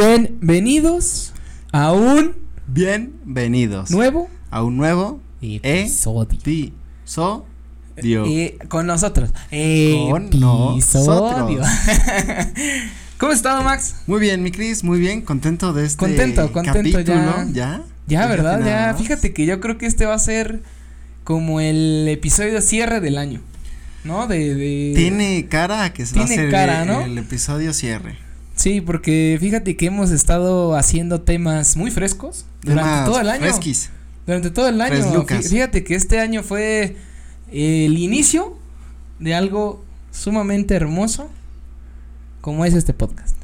Bienvenidos a un Bienvenidos nuevo a un nuevo episodio. episodio. Eh, con nosotros. eh, Con nosotros. Episodio. ¿Cómo estás, Max? Muy bien, mi Cris, muy bien, contento de este Contento, contento capítulo. ya. ¿Ya? Ya, Fíjate ¿verdad? Pues nada Ya, más. fíjate que yo creo que este va a ser como el episodio cierre del año. ¿No? De, de... Tiene cara a que se va a Tiene hacer cara, el, ¿no? el episodio cierre. Sí, porque fíjate que hemos estado haciendo temas muy frescos durante Temas todo el año. Fresquis. Durante todo el año. Tres Pues, Lucas. Fí- Fíjate que este año fue el inicio de algo sumamente hermoso como es este podcast.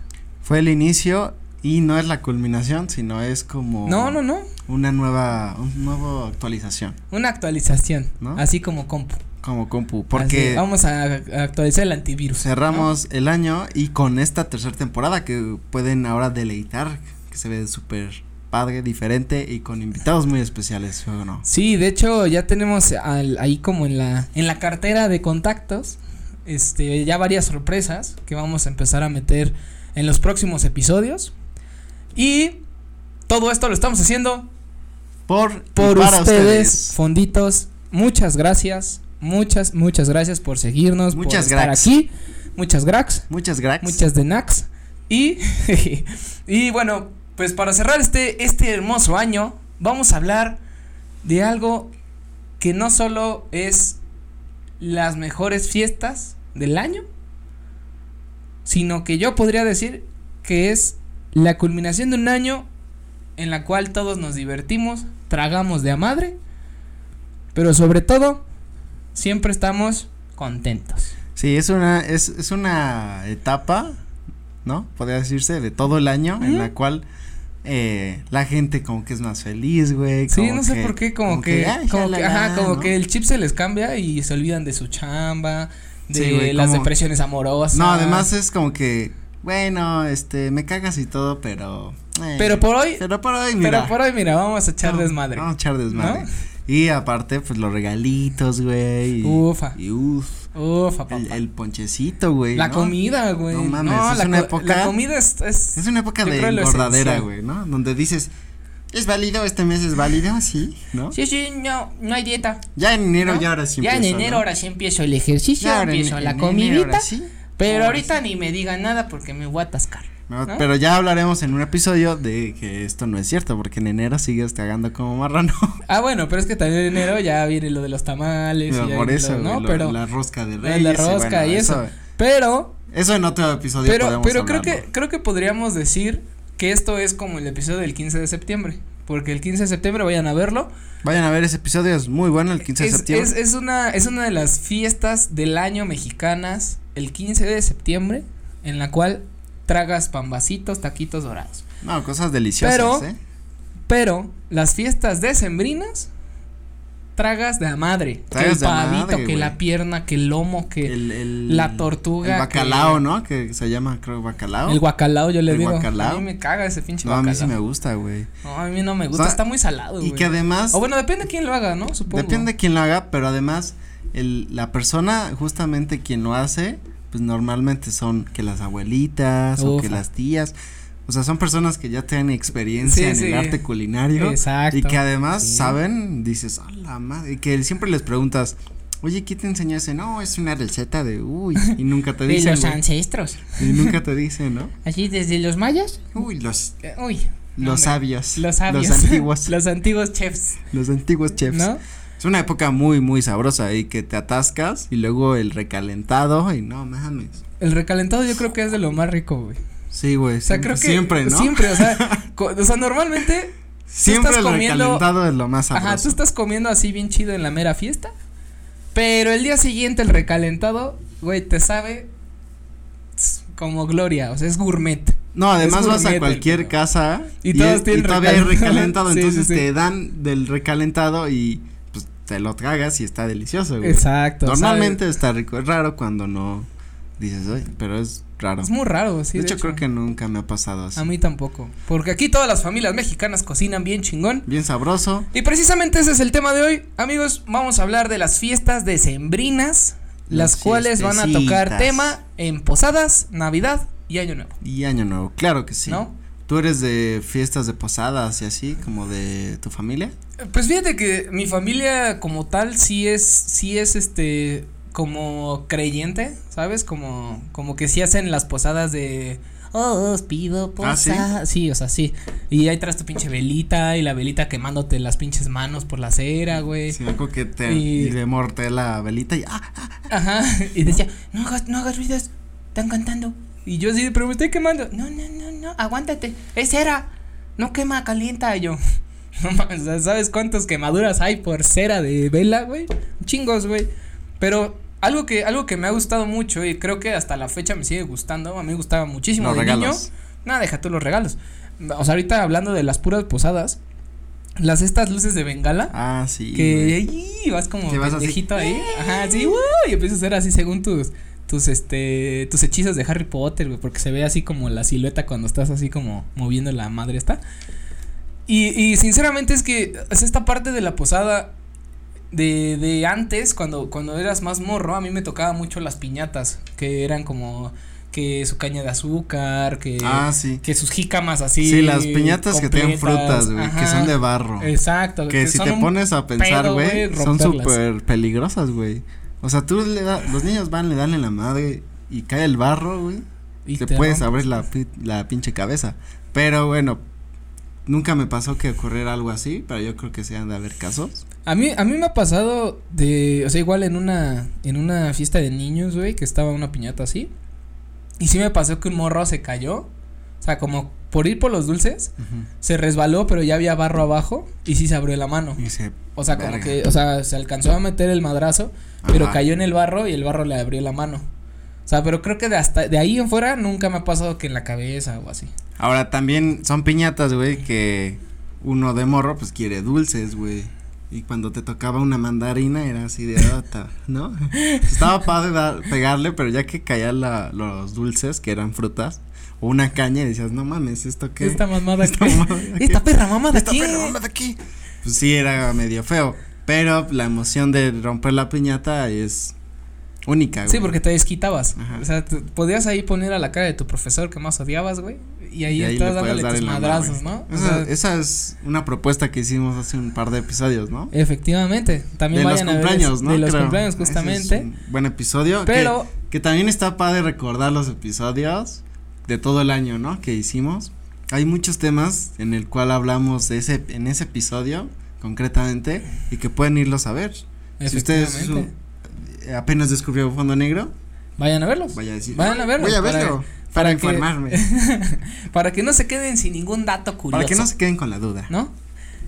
Fue el inicio y no es la culminación, sino es como No, no, no. una nueva un nuevo actualización Una actualización. ¿No? Así como compu. como compu, Así, porque vamos a, a actualizar el antivirus. Cerramos el año y con esta tercera temporada que pueden ahora deleitar, que se ve súper padre, diferente y con invitados muy especiales, ¿sí o no? Sí, de hecho ya tenemos al- ahí como en la en la cartera de contactos, este ya varias sorpresas que vamos a empezar a meter en los próximos episodios y todo esto lo estamos haciendo Por, y por para ustedes, fonditos. Muchas gracias, muchas muchas gracias por seguirnos, Muchas por estar grax. aquí, muchas grax, Muchas gracias. muchas de nax y y bueno, pues para cerrar este este hermoso año vamos a hablar de algo que no solo es las mejores fiestas del año, sino que yo podría decir que es la culminación de un año en la cual todos nos divertimos, tragamos de a madre, pero sobre todo siempre estamos contentos. Sí, es una, es, es una etapa, ¿no? Podría decirse, de todo el año, en la cual eh, la gente como que es más feliz, güey. Sí, como no sé que- por qué, como, que, ay, como que, jalala, ajá, como ¿no? que el chip se les cambia y se olvidan de su chamba, de Sí, güey, las como- depresiones amorosas. No, además es como que, bueno, este, me cagas y todo, pero... eh, Pero por hoy, Pero por hoy, mira. pero por hoy, mira, vamos a echar No, desmadre. Vamos a echar desmadre. Y aparte, pues, los regalitos, güey. y- Ufa. Y uff. Ufa, papá. El, el ponchecito, güey. la ¿no? comida, güey. No mames, es la, una co- la época- comida es, es- Es una época Yo de creo lo engordadera, esencial. güey, ¿no? Donde dices, ¿es válido? ¿Este mes es válido? Sí, ¿no? Sí, sí, no, no hay dieta. Ya en enero, ¿no? ya ahora sí Ya en empiezo, enero ¿no? ahora sí empiezo el ejercicio, Ya ahora en- empiezo en la enero, comidita. ahora sí. Pero Ahora ahorita ni me digan nada porque me voy a atascar. No, ¿no? Pero ya hablaremos en un episodio de que esto no es cierto, porque en enero sigues cagando como marrano. Ah, bueno, pero es que también en enero ya viene lo de los tamales. y ya Por viene lo- eso, ¿no? güey, lo- pero la rosca de la reyes. y rosca bueno, y eso. Pero, Eso en otro episodio pero, podemos pero creo hablarlo. que, creo que podríamos decir que esto es como el episodio del 15 de septiembre. Porque el 15 de septiembre vayan a verlo. Vayan a ver ese episodio, es muy bueno el 15 de Es, septiembre. es- es una, es una de las fiestas del año mexicanas, el 15 de septiembre, en la cual tragas pambacitos, taquitos dorados. No, cosas deliciosas, Pero- ¿eh? Pero las fiestas decembrinas tragas de a madre. que el Tragas de a pavito, madre, que güey. la pierna, que el lomo, que el, El, el- la tortuga El bacalao, que- ¿no? Que se llama, creo, bacalao. guacalao, yo le el digo. guacalao. A mí me caga ese pinche no, a guacalao. mí sí me gusta, güey. No, a mí no me gusta, O sea, está muy salado, Y güey. que además, O bueno, Ah, depende de quién lo haga, ¿no? Supongo. depende de quién lo haga, pero además, el, la persona, justamente quien lo hace, pues normalmente son que las abuelitas o que Ufa. las tías. O sea, son personas que ya tienen Sí, experiencia en el sí. arte culinario. Exacto. Y que además Sí. saben, dices, a la madre. Y que siempre les preguntas, oye, ¿qué te enseñó ese? No, es una receta de uy. Y nunca te De dicen. los güey. ancestros. y nunca te dicen, ¿no? Así desde los mayas. Uy, los, eh, Uy. no, los hombre. sabios. Los sabios. Los antiguos. los, los antiguos chefs. antiguos chefs. ¿No? Es una época muy, muy sabrosa y que te atascas y luego el recalentado y no mames. El recalentado yo creo que es de lo más rico, güey. Sí, güey. O sea, siempre, creo que. Siempre, ¿no? Siempre, o sea, co- o sea, normalmente. Siempre estás el comiendo- recalentado es lo más sabroso. Ajá, tú estás comiendo así bien chido en la mera fiesta. Pero el día siguiente, el recalentado, güey, te sabe. tss, Como gloria, o sea, es gourmet. No, además Es vas gourmet a el cualquier pedo. casa Y todos es- tienen todavía hay recalentado. recalentado, Sí, sí, entonces sí. te dan del recalentado y pues te lo tragas y está delicioso, güey. Exacto. eh, Normalmente está rico, es raro cuando no dices, "Oye", pero es raro. Es muy raro, sí. de, hecho, creo que nunca me ha pasado así. A mí tampoco. Porque aquí todas las familias mexicanas cocinan bien chingón. Bien sabroso. Y precisamente ese es el tema de hoy. Amigos, vamos a hablar de las fiestas decembrinas. Las Las cuales van a tocar fiestecitas. tema en posadas, Navidad y Año Nuevo. Y año nuevo, claro que sí. ¿No? ¿Tú eres de fiestas de posadas y así, como de tu familia? Pues fíjate que mi familia como tal sí es, sí es este, como creyente, ¿sabes? Como, como que sí hacen las posadas de, oh, os pido posada. ¿Ah, sí? sí? o sea, sí. Y ahí traes tu pinche velita y la velita quemándote las pinches manos por la cera, güey. Sí, me acuerdo que te, y, y le morté la velita y, ah, ah, ah Ajá, y decía, no hagas, no hagas ruidos, están cantando. Y yo sí, pero me estoy quemando. No, no, no, no, aguántate, es cera, no quema, calienta. Y yo, no mames, ¿sabes cuántas quemaduras hay por cera de vela, güey? Chingos, güey. Pero algo que, algo que me ha gustado mucho y creo que hasta la fecha me sigue gustando, a mí me gustaba muchísimo Los de regalos. niño. Nada, deja tú los regalos. O sea, ahorita hablando de las puras posadas, las estas luces de bengala. Ah, sí. que ¡ih! vas como Que vas así. ¡Eh! pendejito ahí. Ajá, sí, ¡uh! y empiezas a hacer así según tus tus este tus hechizos de Harry Potter, güey, porque se ve así como la silueta cuando estás así como moviendo la madre esta. Y, y sinceramente es que es esta parte de la posada de, de antes, cuando, cuando eras más morro, a mí me tocaba mucho las piñatas, que eran como que su caña de azúcar, que, Ah, sí. que sus jícamas así. Sí, las piñatas que tienen completas, frutas, güey, que ajá. son de barro. Exacto. que, si son te un pones a pensar, pedo, güey, son romperlas. súper peligrosas, güey. O sea, tú le da- los niños van, le dan en la madre y cae el barro, güey. Y te, puedes rompen. abrir la, pi- la pinche cabeza. Pero bueno, nunca me pasó que ocurriera algo así, pero yo creo que se han de haber casos. A mí, a mí me ha pasado de, o sea, igual en una, en una fiesta de niños, güey, que estaba una piñata así. Y sí me pasó que un morro se cayó. O sea, como por ir por los dulces, se resbaló, pero ya había barro abajo y sí se abrió la mano. Y se- O sea, como Verga. que, o sea, se alcanzó a meter el madrazo, pero Ajá. cayó en el barro y el barro le abrió la mano. O sea, pero creo que de hasta de ahí en fuera nunca me ha pasado que en la cabeza o así. Ahora también son piñatas, güey, que uno de morro pues quiere dulces, güey. Y cuando te tocaba una mandarina era así de ota, ¿no? Estaba padre dar- pegarle, pero ya que caían la- los dulces, que eran frutas, o una caña, y decías, no mames, ¿esto qué? Esta mamada Esta que- mamada que- Esta perra mamada Esta aquí. perra mamada de aquí. Pues sí, era medio feo. Pero la emoción de romper la piñata es única, güey. Sí, porque te desquitabas. Ajá. O sea, te- podías ahí poner a la cara de tu profesor que más odiabas, güey. Y ahí Y ahí estás le dándole puedes dar tus en la mano, madrazos, güey. ¿no? O Esa, sea, esa es una propuesta que hicimos hace un par de episodios, ¿no? Efectivamente. También de los vayan a ver. es- cumpleaños, ¿no? De los Creo. cumpleaños, Ese es justamente. un buen episodio. que- Pero- Que, también está padre recordar los episodios de todo el año, ¿no? Que hicimos. Hay muchos temas en el cual hablamos de ese, en ese episodio, concretamente, y que pueden irlos a ver. Si ustedes Efectivamente. su- apenas descubrió Fondo Negro, Vayan a verlos. vaya a decir. Vayan a "Ah, verlo Voy a para- verlo. Para, para que- informarme. Para que no se queden sin ningún dato curioso. para que no se queden con la duda. ¿no?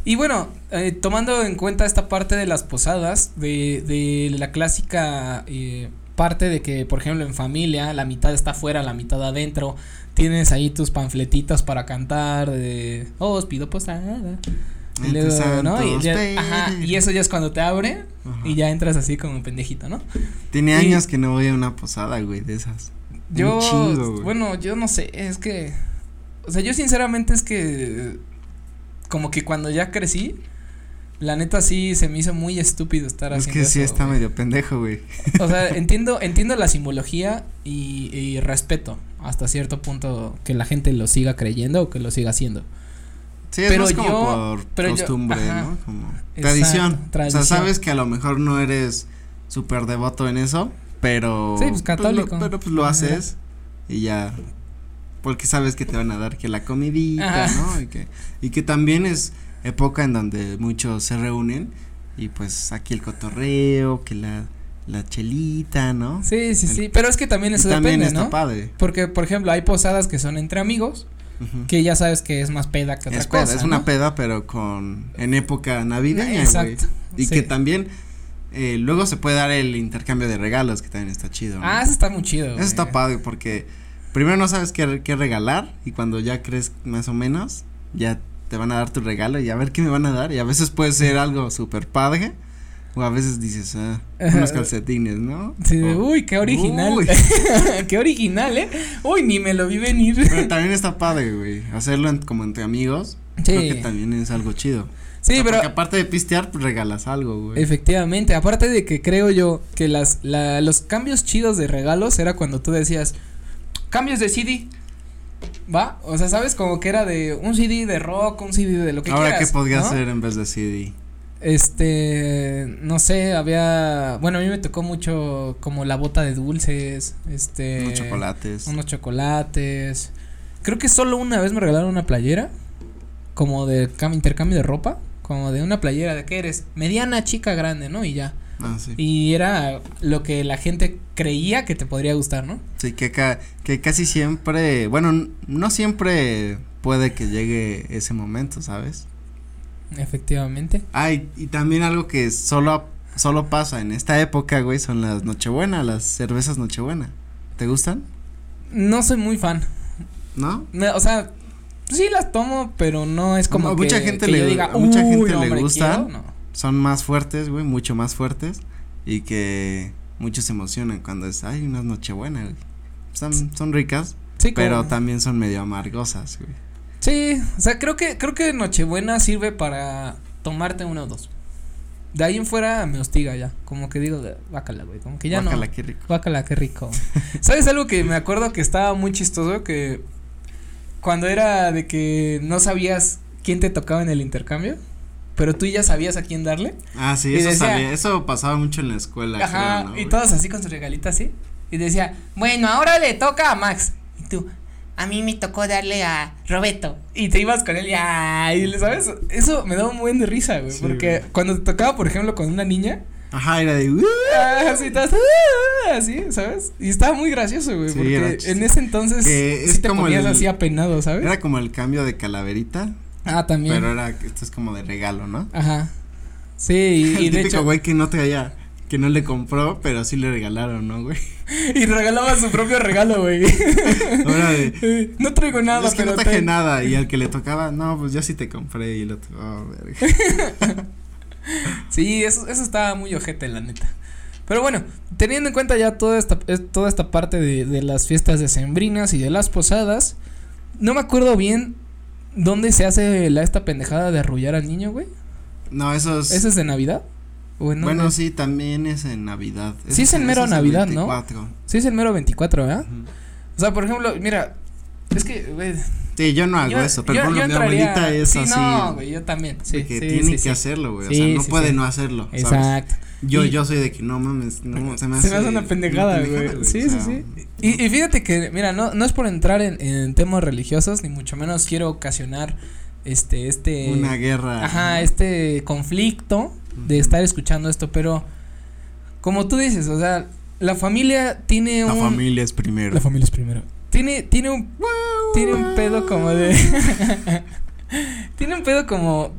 Y bueno, eh, tomando en cuenta esta parte de las posadas, de, de la clásica eh, parte de que, por ejemplo, en familia, la mitad está afuera, la mitad adentro, tienes ahí tus panfletitos para cantar, de, oh, os pido posada. Y Entre luego, ¿no? Y, santos, ya- pero- ajá, y eso ya es cuando te abre Ajá. y ya entras así como un pendejito, ¿no? Tiene y- años que no voy a una posada, güey, de esas. Un Yo, chingo, güey. bueno, yo no sé, es que, o sea, yo sinceramente es que, como que cuando ya crecí, la neta sí se me hizo muy estúpido estar Es haciendo que sí eso, está güey. medio pendejo, güey. O sea, entiendo, entiendo la simbología y, y respeto hasta cierto punto que la gente lo siga creyendo o que lo siga haciendo. Sí, es Pero más como yo- por pero yo- costumbre, ajá. ¿no? Como Exacto, tradición. O tradición. sea, sabes que a lo mejor no eres súper devoto en eso, pero. Sí, pues, lo- católico. pero pues lo Ajá. haces y ya. Porque sabes que te van a dar que la comidita, Ajá. ¿no? Y que, y que también es época en donde muchos se reúnen y pues aquí el cotorreo, que la, la chelita, ¿no? Sí, sí, sí, pero es que también y eso también depende, está ¿no? padre. Porque, por ejemplo, hay posadas que son entre amigos, Ujú. que ya sabes que es más peda que otra es peda, cosa. es una ¿no? peda, pero con en época navideña, güey. Exacto, Y sí. que también eh, luego se puede dar el intercambio de regalos, que también está chido. ¿no? Ah, eso está muy chido. Eso está güey. padre porque primero no sabes qué, re- qué regalar y cuando ya crees más o menos, ya te van a dar tu regalo y a ver qué me van a dar. Y a veces puede ser algo súper padre o a veces dices, ah, unos Ajá. calcetines, ¿no? Sí, O- uy, qué original. Uy. qué original, ¿eh? Uy, ni me lo vi venir. Pero también está padre, güey. Hacerlo en- como entre amigos. Creo que Sí, también es algo chido. sí, O sea, pero Porque aparte de pistear, pues regalas algo, güey. efectivamente, aparte de que creo yo que las la- los cambios chidos de regalos era cuando tú decías cambios de CD. ¿Va? O sea, ¿sabes? Como que era de un CD de rock, un CD de lo que Ahora, quieras. ¿qué podría ¿no? hacer en vez de CD? Este, no sé, había, bueno, a mí me tocó mucho como la bota de dulces, este. Unos chocolates. Unos chocolates. Creo que solo una vez me regalaron una playera, como de cam- intercambio de ropa, como de una playera de qué eres, mediana, chica, grande, ¿no? Y ya. Ah, sí. Y era lo que la gente creía que te podría gustar, ¿no? Sí, que, ca- que casi siempre, bueno, n- no siempre puede que llegue ese momento, ¿sabes? Efectivamente. Ah, y, y también algo que solo, solo pasa en esta época, güey, son las Nochebuena, las cervezas Nochebuena. ¿Te gustan? No soy muy fan. ¿No? Me- o sea, sí las tomo, pero no es como A que, mucha gente que le- yo a mucha "Uy, gente le hombre, gustan". quiero", no. Son más fuertes, güey, mucho más fuertes. Y que muchos se emocionan cuando es, ay, unas Nochebuena, güey. Están, son ricas, Sí, pero como- también son medio amargosas, güey. Sí, o sea, creo que creo que Nochebuena sirve para tomarte una o dos. De ahí en fuera me hostiga ya, como que digo, bácala, güey, como que ya Guácala, no. qué rico. Bácala, qué rico. ¿Sabes algo que me acuerdo que estaba muy chistoso que cuando era de que no sabías quién te tocaba en el intercambio, pero tú ya sabías a quién darle? Ah, sí, Y eso decía- salía- eso pasaba mucho en la escuela. Ajá, creo, ¿no, y güey? todos así con su regalita así. Y decía, bueno, ahora le toca a Max. Y tú, a mí me tocó darle a Roberto. Y te ibas con él y, ay, le- ¿sabes? Eso me daba un buen de risa, güey. Sí, porque güey. cuando te tocaba, por ejemplo, con una niña, Ajá, era de. "Uh". ¿Eh? así, todas, "Ah", así, ¿sabes? Y estaba muy gracioso, güey. Sí, era porque chistoso. en ese entonces Que sí es te como ponías el- así apenado, ¿sabes? Era como el cambio de calaverita, ah, también. pero era. Esto es como de regalo, ¿no? Ajá. Sí, y, y de el típico hecho, güey que no traía. Que no le compró, pero sí le regalaron, ¿no, güey? y regalaba su propio regalo, güey. Ahora de. no traigo nada, es que pero no traje ten". nada. Y al que le tocaba, no, pues yo sí te compré. Y el otro, oh, verga. Sí, eso, eso estaba muy ojete, la neta. Pero bueno, teniendo en cuenta ya toda esta, es- toda esta parte de, de las fiestas decembrinas y de las posadas, no me acuerdo bien dónde se hace la, esta pendejada de arrullar al niño, güey. No, esos. ¿Eso es de Navidad? ¿O en bueno, dónde? sí, también es en Navidad. Sí es en mero Navidad, ¿no? ¿no? Sí, es el mero 24, ¿verdad? Ujú. O sea, por ejemplo, mira, es que, güey. Sí, yo no hago yo- eso, pero yo- bueno, yo mi entraría- abuelita es sí, así. No, güey, yo también. Sí, de sí, que tiene sí, que sí. hacerlo, güey. O Sí, sea, no sí, puede sí. no hacerlo. ¿sabes? Exacto. Yo, Y- yo soy de que no mames, no, se me hace. Se me hace una pendejada, güey. Sí, sí, sí. Y, y fíjate que, mira, no, no es por entrar en, en temas religiosos, ni mucho menos quiero ocasionar este, este. una guerra. Ajá, este conflicto de Ujú. estar escuchando esto, pero como tú dices, o sea, la familia tiene La un. familia es primero. La familia es primero. Tiene, tiene un tiene un pedo como de. tiene un pedo como.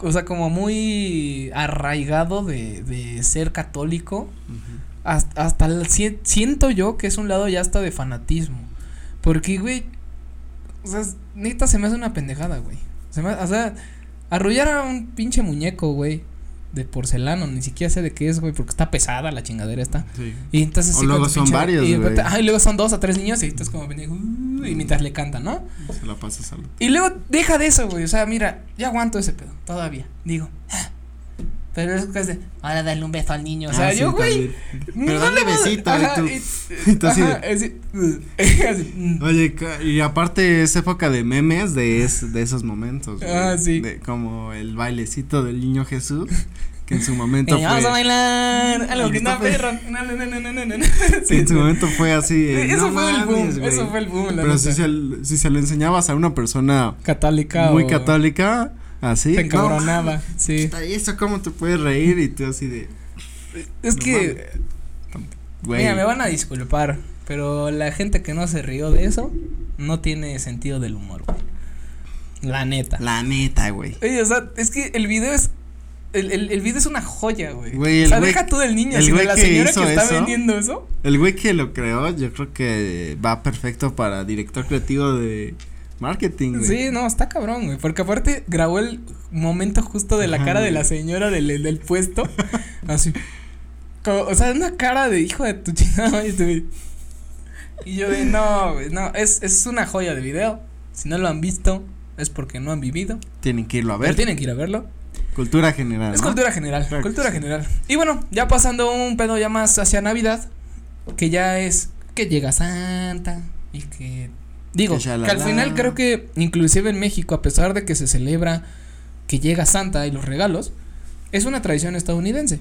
O sea, como muy arraigado de, de ser católico. Ujú. Hasta, hasta el sie- siento yo que es un lado ya hasta de fanatismo. Porque, güey. O sea, es- neta se me hace una pendejada, güey. Se me ha- o sea, arrullar a un pinche muñeco, güey. De porcelano, ni siquiera sé de qué es, güey, porque está pesada la chingadera esta. Sí. Y entonces O sí, con luego tu son varios, y, de güey. repente- ajá, y luego son dos o tres niños y estás como pendejo, "Uh", y mientras le cantan, ¿no? Se la pasas al. Y luego deja de eso, güey. O sea, mira, yo aguanto ese pedo, todavía. Digo. "Ah". Pero es que es de, ahora dale un beso al niño. O sea, Ah, sí, yo, güey. también. no Pero dale le puedo- besito. y ajá, tú- y- y tú así de- ajá, así, "Ugh", así, "Mm". Oye, ca- y aparte es época de memes de, es- de esos momentos. güey. Ah, sí. De- como el bailecito del niño Jesús, que en su momento Eh, vamos a fue. bailar. Algo Y que está no pe- perro. No, no, no, no, no, no, no. que Sí, en su güey. momento fue así. de, Eso "No fue el boom. mames, güey". Eso fue el boom, la Pero si neta. se, l- si se lo enseñabas a una persona Católica. muy o- católica, así. Te no encabronaba. mames, sí. está eso, ¿cómo te puedes reír? Y tú así de, Es No que. mames. güey. Mira, me van a disculpar, pero la gente que no se rió de eso no tiene sentido del humor, güey. La neta. La neta, güey. Oye, o sea, es que el video es. El, el, el video es una joya, güey. Güey, el o sea, güey- deja tú del niño, el sino güey la que señora que hizo está eso. vendiendo eso. El güey que lo creó, yo creo que va perfecto para director creativo de marketing, güey. Sí, no, está cabrón, güey. Porque aparte grabó el momento justo de la Ajá, cara de güey. la señora del, del puesto. así. Como, o sea, una cara de hijo de tu chingada. madre, este güey. Y yo de no, güey, no, es, es una joya de video. Si no lo han visto, es porque no han vivido. Tienen que irlo a Pero ver. tienen que ir a verlo. Cultura general. Es ¿no? cultura general, Claro que cultura sí. general. Y bueno, ya pasando un pedo ya más hacia Navidad, que ya es que llega Santa y que Digo, Que que shalala. al final creo que inclusive en México, a pesar de que se celebra que llega Santa y los regalos, es una tradición estadounidense.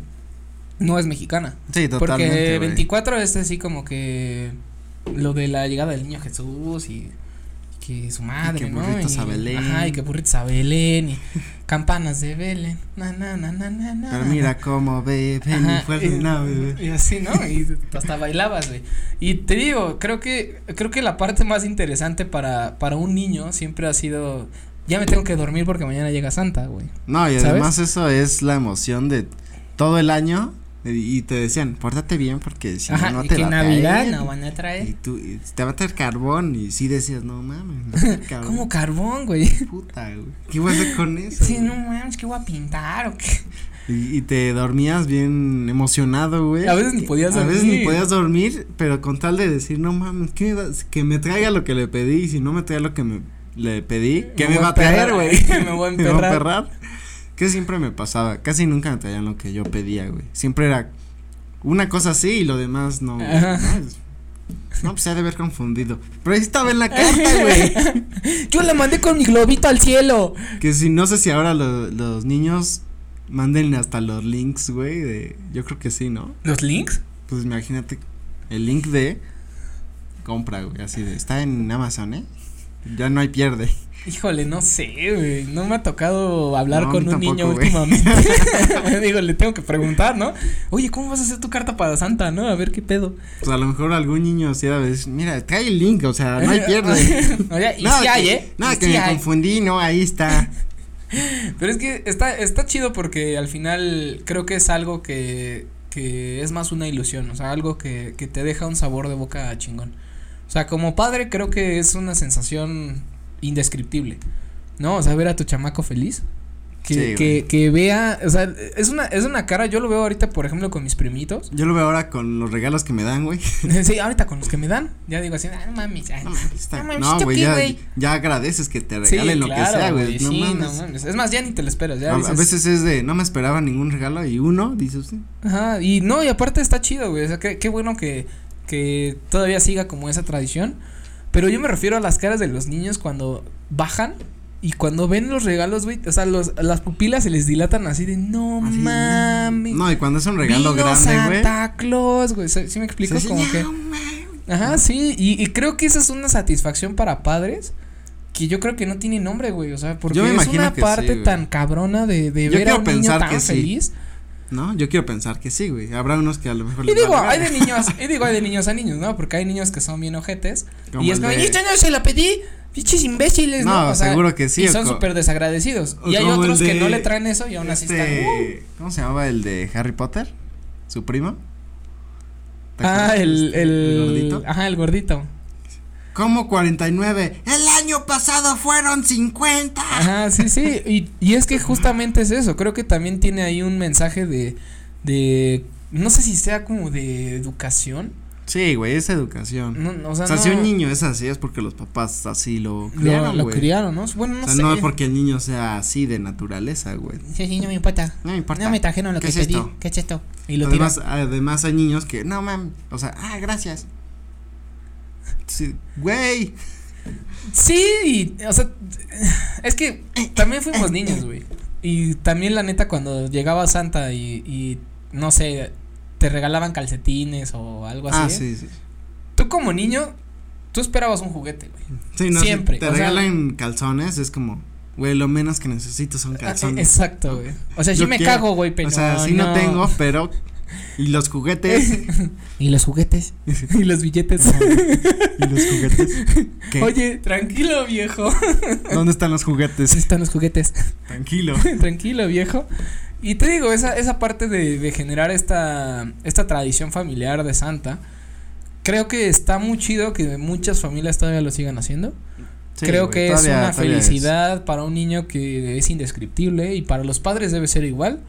No es mexicana. Sí, totalmente. porque güey. 24 es así como que lo de la llegada del niño Jesús y que su madre, ¿no? burritos a Belén. Ajá, y que burritos a Belén y campanas de Belén. Na, na, na, na, na, na. Pero mira cómo ve, ven Ajá, y fuerte, y- no, bebé. Y así, ¿no? Y hasta bailabas, güey. Y te digo, creo que, creo que la parte más interesante para, para un niño siempre ha sido, ya me tengo que dormir porque mañana llega Santa, güey. No, y ¿Sabes? además eso es la emoción de todo el año. Y y te decían, pórtate bien porque si no, Ajá, no y te que la Navidad traen". no van a Y traer. tú, y te va a traer carbón. Y sí decías, no mames, me va a traer carbón. Como carbón, güey. puta, güey? ¿Qué voy a hacer con eso? Sí, güey? no mames, ¿qué voy a pintar o qué? Y, y te dormías bien emocionado, güey. A veces ni podías A veces dormir. ni podías dormir, pero con tal de decir, no mames, ¿qué me das? que me traiga lo que le pedí. Y si no me trae lo que me le pedí, ¿qué Me me, voy va a a traer, emperrar, güey? me voy a Me va a emperrar. emperrar. Que siempre me pasaba. Casi nunca me traían lo que yo pedía, güey. Siempre era una cosa así y lo demás no. güey. Ajá. No, es- no, pues se ha de haber confundido. Pero ahí estaba en la carta, güey. Yo la mandé con mi globito al cielo. Que si no sé si ahora lo- los niños manden hasta los links, güey, de yo creo que sí, ¿no? ¿Los links? Pues imagínate el link de compra, güey, así de está en Amazon, ¿eh? Ya no hay pierde. Híjole, no sé, güey. No me ha tocado hablar No, a con un mí tampoco, niño güey. últimamente. Digo, le tengo que preguntar, ¿no? Oye, ¿cómo vas a hacer tu carta para Santa, no? A ver qué pedo. Pues a lo mejor algún niño así a veces, mira, trae el link, o sea, no hay pierde. Oye, y Nada sí que- hay, ¿eh? Nada, Y que sí me hay. confundí, no, ahí está. Pero es que está, está chido porque al final creo que es algo que, que es más una ilusión, o sea, algo que, que te deja un sabor de boca chingón. O sea, como padre creo que es una sensación indescriptible, ¿no? O sea, ver a tu chamaco feliz. Que, Sí, que, güey. que vea, o sea, es una, es una cara, yo lo veo ahorita, por ejemplo, con mis primitos. Yo lo veo ahora con los regalos que me dan, güey. sí, ahorita con los que me dan, ya digo así, ah, mami, ya. No, mames, está- No mames, No, ¿esto güey, qué, ya, güey? ya agradeces que te Sí, regalen lo claro, que sea, güey. No sí, mames. no mames. Es más, ya ni te lo esperas, ya A, a dices, veces es de, no me esperaba ningún regalo y uno, dice usted. Ajá, y no, y aparte está chido, güey. O sea, qué, qué bueno que, que todavía siga como esa tradición. Pero yo me refiero a las caras de los niños cuando bajan y cuando ven los regalos, güey. O sea, los, las pupilas se les dilatan así de no Así, mames. No, y cuando es un regalo vino grande, güey. Santa Claus, güey. ¿Sí sí me explico? se como dice, que. "No mames". Ajá, sí. Y, y creo que esa es una satisfacción para padres que yo creo que no tiene nombre, güey. O sea, porque me es imagino una que sí, parte güey. tan cabrona de, de Yo ver a quiero un niño pensar que tan sí. feliz. No, yo quiero pensar que sí, güey. Habrá unos que a lo mejor Y les digo, valga, hay de niños, y digo, hay de niños a niños, ¿no? Porque hay niños que son bien ojetes. como y es el como, de- yo no se la pedí, pinches imbéciles, ¿no? No, seguro que sí, Y o son co- súper desagradecidos. o Y hay como el otros que de- no le traen eso y aún así este, están. "Uh". ¿Cómo se llamaba el de Harry Potter? ¿Su primo? ¿Te Ah, acuerdas? el, Ah. Este, el, gordito. Ajá, el gordito. ¿Cómo 49? El año pasado fueron 50. Ajá, sí, sí. Y, y es que justamente es eso. Creo que también tiene ahí un mensaje de. de no sé si sea como de educación. Sí, güey, es educación. No, no, o sea, o sea, no- si un niño es así es porque los papás así lo lo- criaron, lo, güey. criaron, ¿no? Bueno, no o sea, sé. no es porque el niño sea así de naturaleza, güey. Sí, sí, no me importa. No me importa. No me trajeron lo ¿Qué que es pedí. esto? ¿Qué es esto? Y lo tiras. además, además hay niños que, no mames, o sea, ah, gracias. Sí, güey. Sí, y, o sea, es que también fuimos niños, güey. Y también la neta cuando llegaba Santa y, y no sé, te regalaban calcetines o algo así. Ah, ¿eh? sí, sí. Tú como niño, tú esperabas un juguete, güey. Sí, no, Siempre, si te o sea- regalan calzones, es como, güey, lo menos que necesito son calzones. Ah, Exacto, güey. O sea, sí Yo me quiero- cago, güey, pero o sea, sí no tengo, pero y los juguetes Y los juguetes. y los billetes. y los juguetes. ¿Qué? Oye, tranquilo, viejo. ¿Dónde están los juguetes? Están los juguetes. Tranquilo. Tranquilo, viejo. Y te digo, esa, esa parte de, de generar esta, esta tradición familiar de Santa, creo que está muy chido que muchas familias todavía lo sigan haciendo. Sí, creo güey, que es todavía- una todavía es. felicidad para un niño que es indescriptible y para los padres debe ser igual.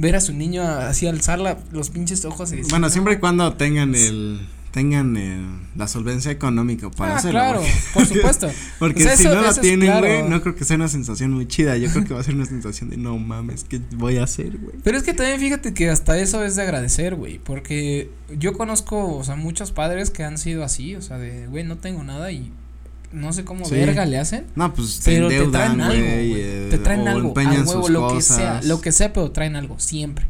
Ver a su niño así alzar la- los pinches ojos y decir, Bueno, siempre y cuando tengan el tengan el- la solvencia económica para ah, hacerlo. claro, güey. por supuesto. Porque O sea, si Pues eso- no la eso es tienen, claro. güey, no creo que sea una sensación muy chida. Yo creo que va a ser una sensación de no mames, ¿qué voy a hacer, güey? Pero es que también fíjate que hasta eso es de agradecer, güey, porque yo conozco, o sea, muchos padres que han sido así, o sea, de, güey, no tengo nada y no sé cómo Sí. verga le hacen. No, pues te Pero te endeudan, traen algo, güey. güey. eh, Te traen o algo, a empeñan huevo, sus lo que cosas. sea, lo que sea, pero traen algo, siempre.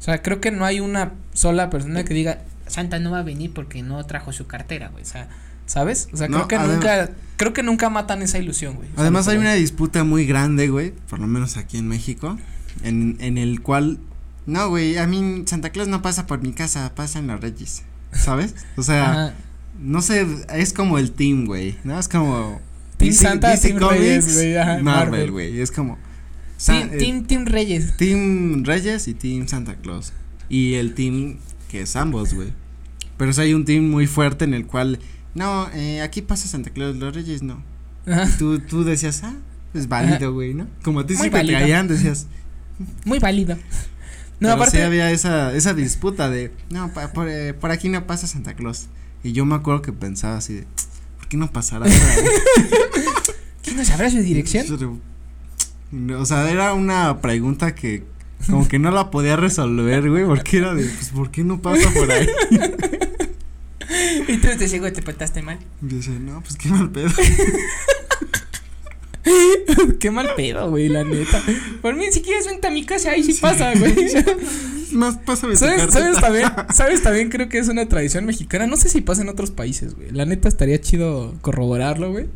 O sea, creo que no hay una sola persona que diga, Santa no va a venir porque no trajo su cartera, güey, o sea, ¿sabes? O sea, No, creo que adem- nunca, creo que nunca matan esa ilusión, güey. O sea, Además no hay sé. una disputa muy grande, güey, por lo menos aquí en México, en, en el cual, no, güey, a mí Santa Claus no pasa por mi casa, pasa en los Reyes, ¿sabes? O sea, Ajá. no sé, es como el team, güey, ¿no? Es como... Team DC Santa, DC Team Reyes, güey, ajá, Marvel. Marvel, güey, es como... San- Team, eh, team, Team Reyes. Team Reyes y Team Santa Claus. Y el team que es ambos, güey. Pero sí hay un team muy fuerte en el cual, no, eh, aquí pasa Santa Claus, los Reyes no. Ajá. Tú, tú decías, ah, es Ajá. válido, güey, ¿no? Como a ti Muy siempre te válido. caían, decías. Muy válido. No, pero sí aparte, había esa, esa disputa de, no, pa- por, eh, por aquí no pasa Santa Claus. Y yo me acuerdo que pensaba así de, ¿por qué no pasará? ahora, güey?" ¿quién nos sabrá su dirección? Pero, no, O sea, era una pregunta que como que no la podía resolver, güey, porque era de, pues, ¿por qué no pasa por ahí? y tú te ciego te portaste mal. Y yo decía, no, pues qué mal pedo. Qué mal pedo, güey, la neta. Por mí, si quieres, vente a mi casa, ahí sí pasa, güey. Más pásame tu ¿Sabes, carta. sabes también, sabes también creo que es una tradición mexicana. No sé si pasa en otros países, güey. La neta estaría chido corroborarlo, güey.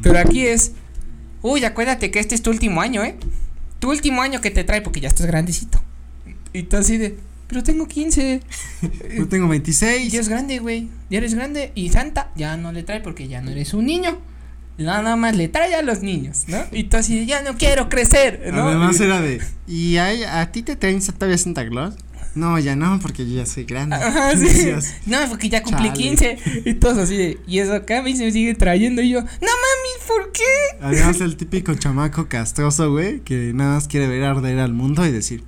Pero aquí es. Uy, acuérdate que este es tu último año, ¿eh? Tu último año que te trae porque ya estás grandecito. Y tú así de. Pero tengo 15. Yo tengo Y 26. ya es grande, güey. Ya eres grande. Y Santa ya no le trae porque ya no eres un niño. Nada más le trae a los niños, ¿no? Y tú así de, ya no quiero crecer, ¿no? Además Y- era de, ¿y a, ella- a ti te traen todavía Santa Claus? No, ya no, porque yo ya soy grande. Ajá, Y sí. decías, No, porque ya cumplí Chale. 15. Y todos así de, y eso acá a mí se me sigue trayendo. Y yo, no mami, ¿por qué? Además el típico chamaco castroso, güey, que nada más quiere ver arder al mundo y decir,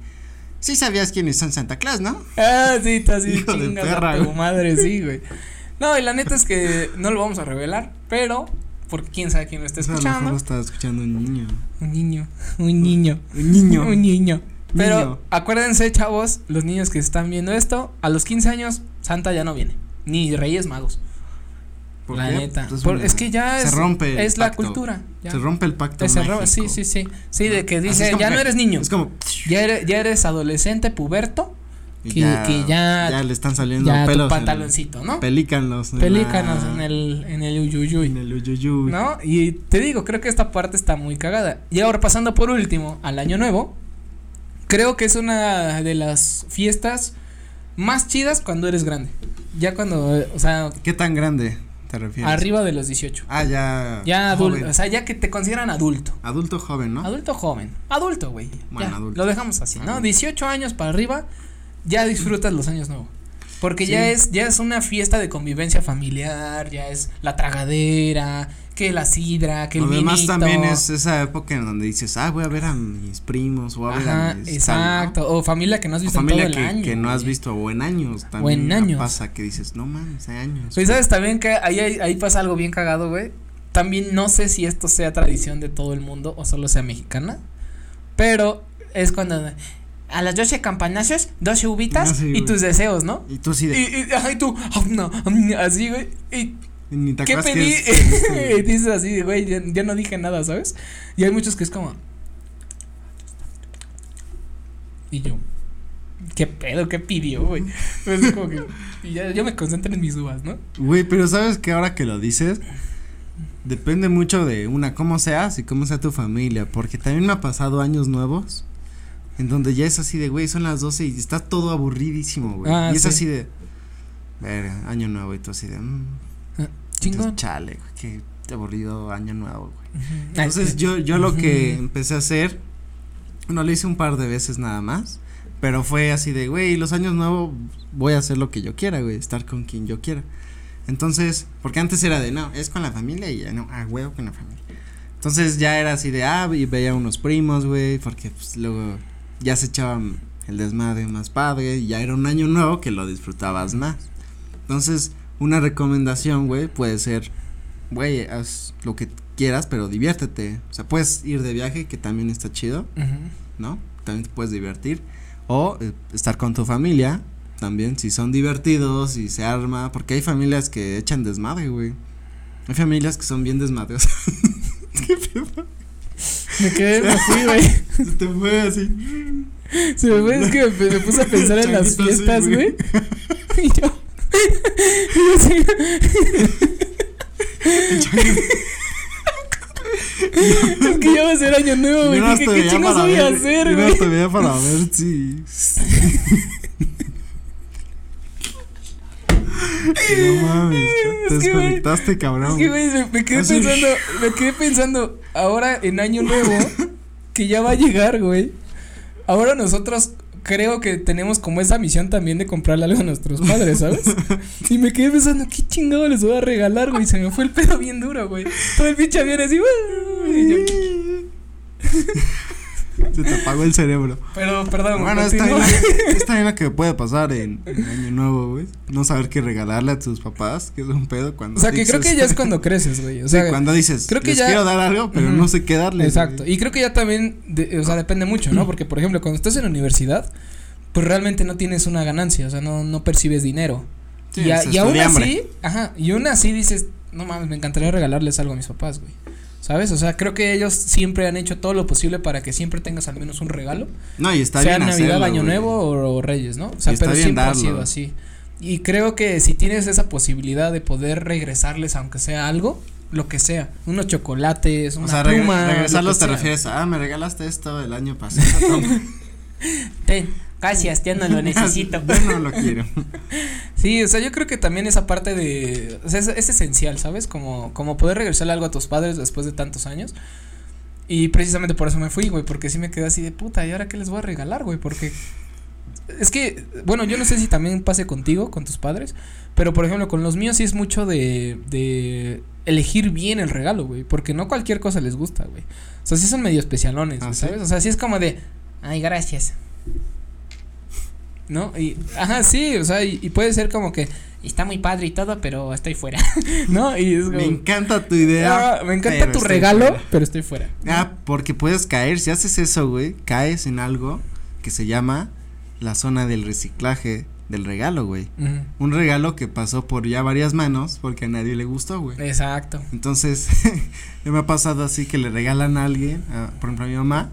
sí sabías quiénes son Santa Claus, ¿no? Ah, sí, está así, Hijo de chingas perra, a tu güey. madre, sí, güey. No, y la neta es que no lo vamos a revelar, pero, porque quién sabe quién lo está O sea, a lo mejor escuchando. lo estaba escuchando un niño. Un niño, un niño. Un niño. Un niño. Pero Niño. acuérdense, chavos, los niños que están viendo esto, a los 15 años Santa ya no viene, ni Reyes Magos. ¿Por la qué? neta. Pues Por- una- es que ya se es, rompe el es la pacto. cultura. ya. Se rompe el pacto. Ese robo, mágico. sí, sí, sí. Sí, de que Así es dice, como ya que- no eres niño. Es como. Ya eres, ya eres adolescente, puberto. y que- que ya- le están saliendo Ya tu pelos. en- pantaloncito, ¿no? pelícanos. en Pelícanos la- en el, en el En uyuyuy. el uyuyuy. ¿No? Y te digo, creo que esta parte está muy cagada. Y ahora pasando por último al año nuevo. Creo que es una de las fiestas más chidas cuando eres grande. Ya cuando, eh, o sea, ¿Qué tan grande te refieres? arriba de los 18. Ah, ya. Ya joven. adulto, o sea, ya que te consideran adulto. Adulto joven, ¿no? Adulto joven. Adulto, güey. Bueno, Ya, adulto. Lo dejamos así, ¿no? Adulto. 18 años para arriba, ya disfrutas los años nuevos. Porque ya Sí. es, ya es una fiesta de convivencia familiar, ya es la tragadera, que la sidra, que el Además vinito. también es esa época en donde dices, ah, voy a ver a mis primos o a ver Ajá, a mis. exacto. O familia que no has O visto en familia todo que, el año. que no has güey. visto o en años también. en años. Pasa que dices, no mames, hay años. Pues sabes también que ahí, ahí, ahí pasa algo bien cagado, güey. También no sé si esto sea tradición de todo el mundo o solo sea mexicana. Pero es cuando a las 12 campanazos, 12 uvitas Ah, sí, y güey. tus deseos, ¿no? Y tú sí Y, de. y- ajá, y tú, ah, no, mm, así, güey. ¿Y Ni te qué acuerdas pedí? que es- este, que Y es- dices así, de, güey, ya, ya no dije nada, ¿sabes? Y hay muchos que es como. Y yo, ¿qué pedo? ¿Qué pidió, güey? Pues es como que. Y ya, yo me concentro en mis uvas, ¿no? Güey, pero sabes que ahora que lo dices, depende mucho de una, cómo seas y cómo sea tu familia, porque también me ha pasado años nuevos en donde ya es así de, güey, son las 12 y está todo aburridísimo, güey. Ah, y es sí. así de, verga, año nuevo y tú así de, mm, Chingón. entonces, chale, güey, qué aburrido año nuevo, güey. Ujú. Entonces yo, yo lo que Ujú. empecé a hacer, no lo hice un par de veces nada más, pero fue así de, güey, los años nuevos voy a hacer lo que yo quiera, güey, estar con quien yo quiera. Entonces, porque antes era de, no, es con la familia y ya no, ah, huevo con la familia. Entonces ya era así de, ah, y veía unos primos, güey, porque pues luego ya se echaban el desmadre más padre y ya era un año nuevo que lo disfrutabas más. Entonces, una recomendación, güey, puede ser, güey, haz lo que quieras, pero diviértete. O sea, puedes ir de viaje, que también está chido, Ujú. ¿no? También te puedes divertir. O eh, estar con tu familia, también, si son divertidos y se arma, porque hay familias que echan desmadre, güey. Hay familias que son bien desmadrosas. ¿Qué pedo? Me quedé así, güey. Se te fue así. Se me fue, es que me, me puse a pensar en las Changuito fiestas, así, güey. güey. Y yo. y yo así, es que ya va a ser año nuevo, Yo güey. no Dije, ¿Qué chingos voy a hacer, Yo güey? te veía para ver si. no mames, Es te que, güey, desconectaste, cabrón. Es que, güey, me, me quedé Así. pensando, me quedé pensando ahora en año nuevo, que ya va a llegar, güey. Ahora nosotros creo que tenemos como esa misión también de comprarle algo a nuestros padres, ¿sabes? Y me quedé pensando, ¿qué chingado les voy a regalar, güey? Se me fue el pedo bien duro, güey. Todo el pinche avión así, güey. y yo, Se te apagó el cerebro. Pero, perdón, Bueno, está bien, continúa. lo- está bien lo que puede pasar en, en Año Nuevo, güey. No saber qué regalarle a tus papás, que es un pedo cuando. O sea, que creo dices- que ya es cuando creces, güey. O Sí, sea, cuando dices, creo que les ya- quiero dar algo, pero Ujú. no sé qué darle. Exacto. Y creo que ya también, de- o sea, depende mucho, ¿no? Porque, por ejemplo, cuando estás en la universidad, pues realmente no tienes una ganancia, o sea, no, no percibes dinero. y, a- y aún así, ajá, y aún así dices, no mames, me encantaría regalarles algo a mis papás, güey. ¿Sabes? O sea, creo que ellos siempre han hecho todo lo posible para que siempre tengas al menos un regalo. No, y está sea bien. Navidad, hacerlo, Año güey. Nuevo o, o Reyes, ¿no? O sea, Y está pero bien siempre ha darlo. sido así. Y creo que si tienes esa posibilidad de poder regresarles, aunque sea algo, lo que sea, unos chocolates, una O sea, regre- pluma. lo regresarlos que te sea. refieres a, ah, me regalaste esto el año pasado. toma". Ten, gracias, ya no lo necesito. Yo no lo quiero. Sí, o sea, yo creo que también esa parte de. o sea, es, es esencial, ¿sabes? Como, como poder regresarle algo a tus padres después de tantos años. Y precisamente por eso me fui, güey, porque sí me quedé así de puta, ¿y ahora qué les voy a regalar, güey? Porque. Es que, bueno, yo no sé si también pase contigo, con tus padres, pero por ejemplo, con los míos sí es mucho de, de elegir bien el regalo, güey, porque no cualquier cosa les gusta, güey. O sea, sí son medio especialones, ¿Ah, güey, sí? ¿sabes? O sea, sí es como de, ay, gracias. ¿No? Y, ajá, sí, o sea, y, y puede ser como que está muy padre y todo, pero estoy fuera, ¿no? Y es como, Me encanta tu idea. "Ah, me encanta pero tu estoy regalo, fuera". pero estoy fuera. Ah, porque puedes caer, si haces eso, güey, caes en algo que se llama la zona del reciclaje del regalo, güey. Ujú. Un regalo que pasó por ya varias manos porque a nadie le gustó, güey. Exacto. Entonces, ya me ha pasado así que le regalan a alguien, a- por ejemplo a mi mamá,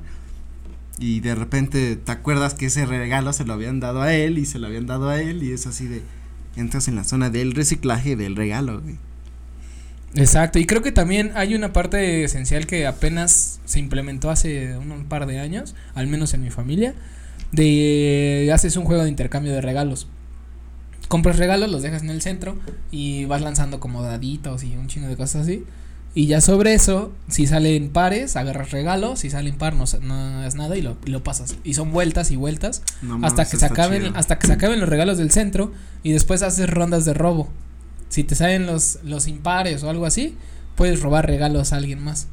y de repente te acuerdas que ese regalo se lo habían dado a él y se lo habían dado a él y es así de, entras en la zona del reciclaje del regalo, güey. Exacto, y creo que también hay una parte esencial que apenas se implementó hace un, un par de años, al menos en mi familia, de haces un juego de intercambio de regalos. Compras regalos, los dejas en el centro y vas lanzando como daditos y un chingo de cosas así. Y ya sobre eso, si salen pares, agarras regalos, si salen par no, sa- no es nada y lo, y lo pasas. Y son vueltas y vueltas No hasta mames, que se está acaben chido. hasta que se acaben los regalos del centro y después haces rondas de robo si te salen los los impares o algo así puedes robar regalos a alguien más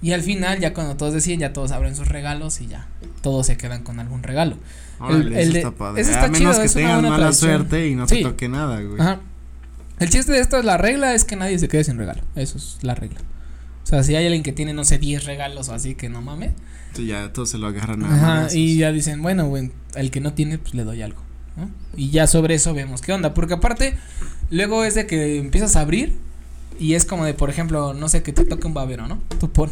y al final ya cuando todos deciden ya todos abren sus regalos y ya todos se quedan con algún regalo Órale, el- eso el de- está padre. eso está a menos chido, que es una tengas buena mala tradición. suerte y no te Sí. toque nada, güey. Ajá. el chiste de esto es la regla es que nadie se quede sin regalo eso es la regla o sea si hay alguien que tiene no sé 10 regalos o así que no mames Tú ya todos se lo agarran a Ajá, madrazos. y ya dicen, bueno, güey, el que no tiene, pues le doy algo, ¿no? Y ya sobre eso vemos qué onda, porque aparte, luego es de que empiezas a abrir y es como de, por ejemplo, no sé, que te toque un babero, ¿no? Tú pon.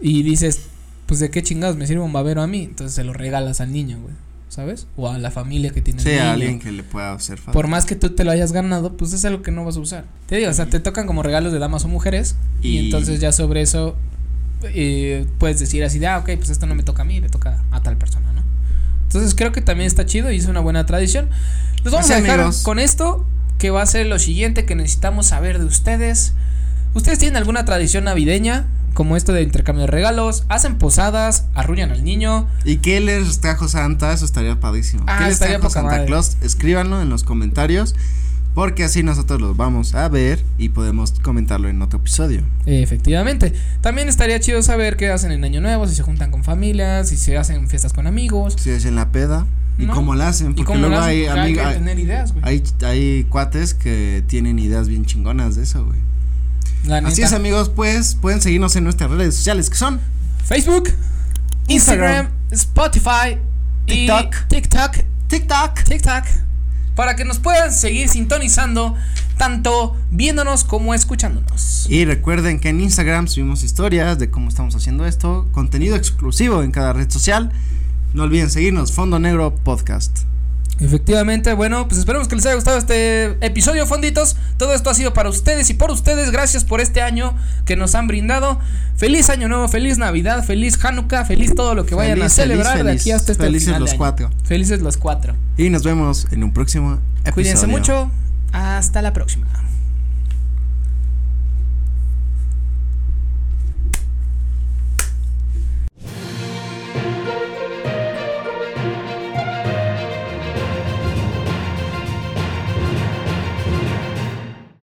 Y dices, pues de qué chingados me sirve un babero a mí, entonces se lo regalas al niño, güey, ¿sabes? O a la familia que tiene el Sí, niño. a alguien que le pueda hacer falta. Por más que tú te lo hayas ganado, pues es algo que no vas a usar. Te digo, o sea, te tocan como regalos de damas o mujeres. Y, Y- entonces ya sobre eso eh, puedes decir así de, ah, ok, pues esto no me toca a mí, le toca a tal persona, ¿no? Entonces creo que también está chido y es una buena tradición. Los vamos Así, a dejar amigos. con esto, que va a ser lo siguiente que necesitamos saber de ustedes. ¿Ustedes tienen alguna tradición navideña? Como esto de intercambio de regalos, hacen posadas, arruñan al niño. ¿Y qué les trajo Santa? Eso estaría padrísimo. Ah, ¿Qué les estaría trajo poca Santa madre. Claus? Escríbanlo en los comentarios. Porque así nosotros los vamos a ver y podemos comentarlo en otro episodio. Efectivamente. También estaría chido saber qué hacen en Año Nuevo, si se juntan con familias, si se hacen fiestas con amigos. Si es en la peda y No. cómo la hacen. Y Porque cómo lo luego hacen, hay, porque hay amigos, que tener ideas, güey. hay, hay cuates que tienen ideas bien chingonas de eso, güey. La neta. Así es, amigos, pues pueden seguirnos en nuestras redes sociales que son Facebook, Instagram, Instagram, Spotify, y TikTok. TikTok, TikTok. TikTok. Para que nos puedan seguir sintonizando tanto viéndonos como escuchándonos. Y recuerden que en Instagram subimos historias de cómo estamos haciendo esto, contenido exclusivo en cada red social. No olviden seguirnos, Fondo Negro Podcast. Efectivamente, bueno, pues esperemos que les haya gustado este episodio, fonditos. Todo esto ha sido para ustedes y por ustedes. Gracias por este año que nos han brindado. Feliz año nuevo, feliz Navidad, feliz Hanukkah, feliz todo lo que vayan Feliz, a celebrar feliz, de aquí feliz. hasta este Felices final de los año. cuatro. Felices los cuatro. Y nos vemos en un próximo episodio. Cuídense mucho. Hasta la próxima.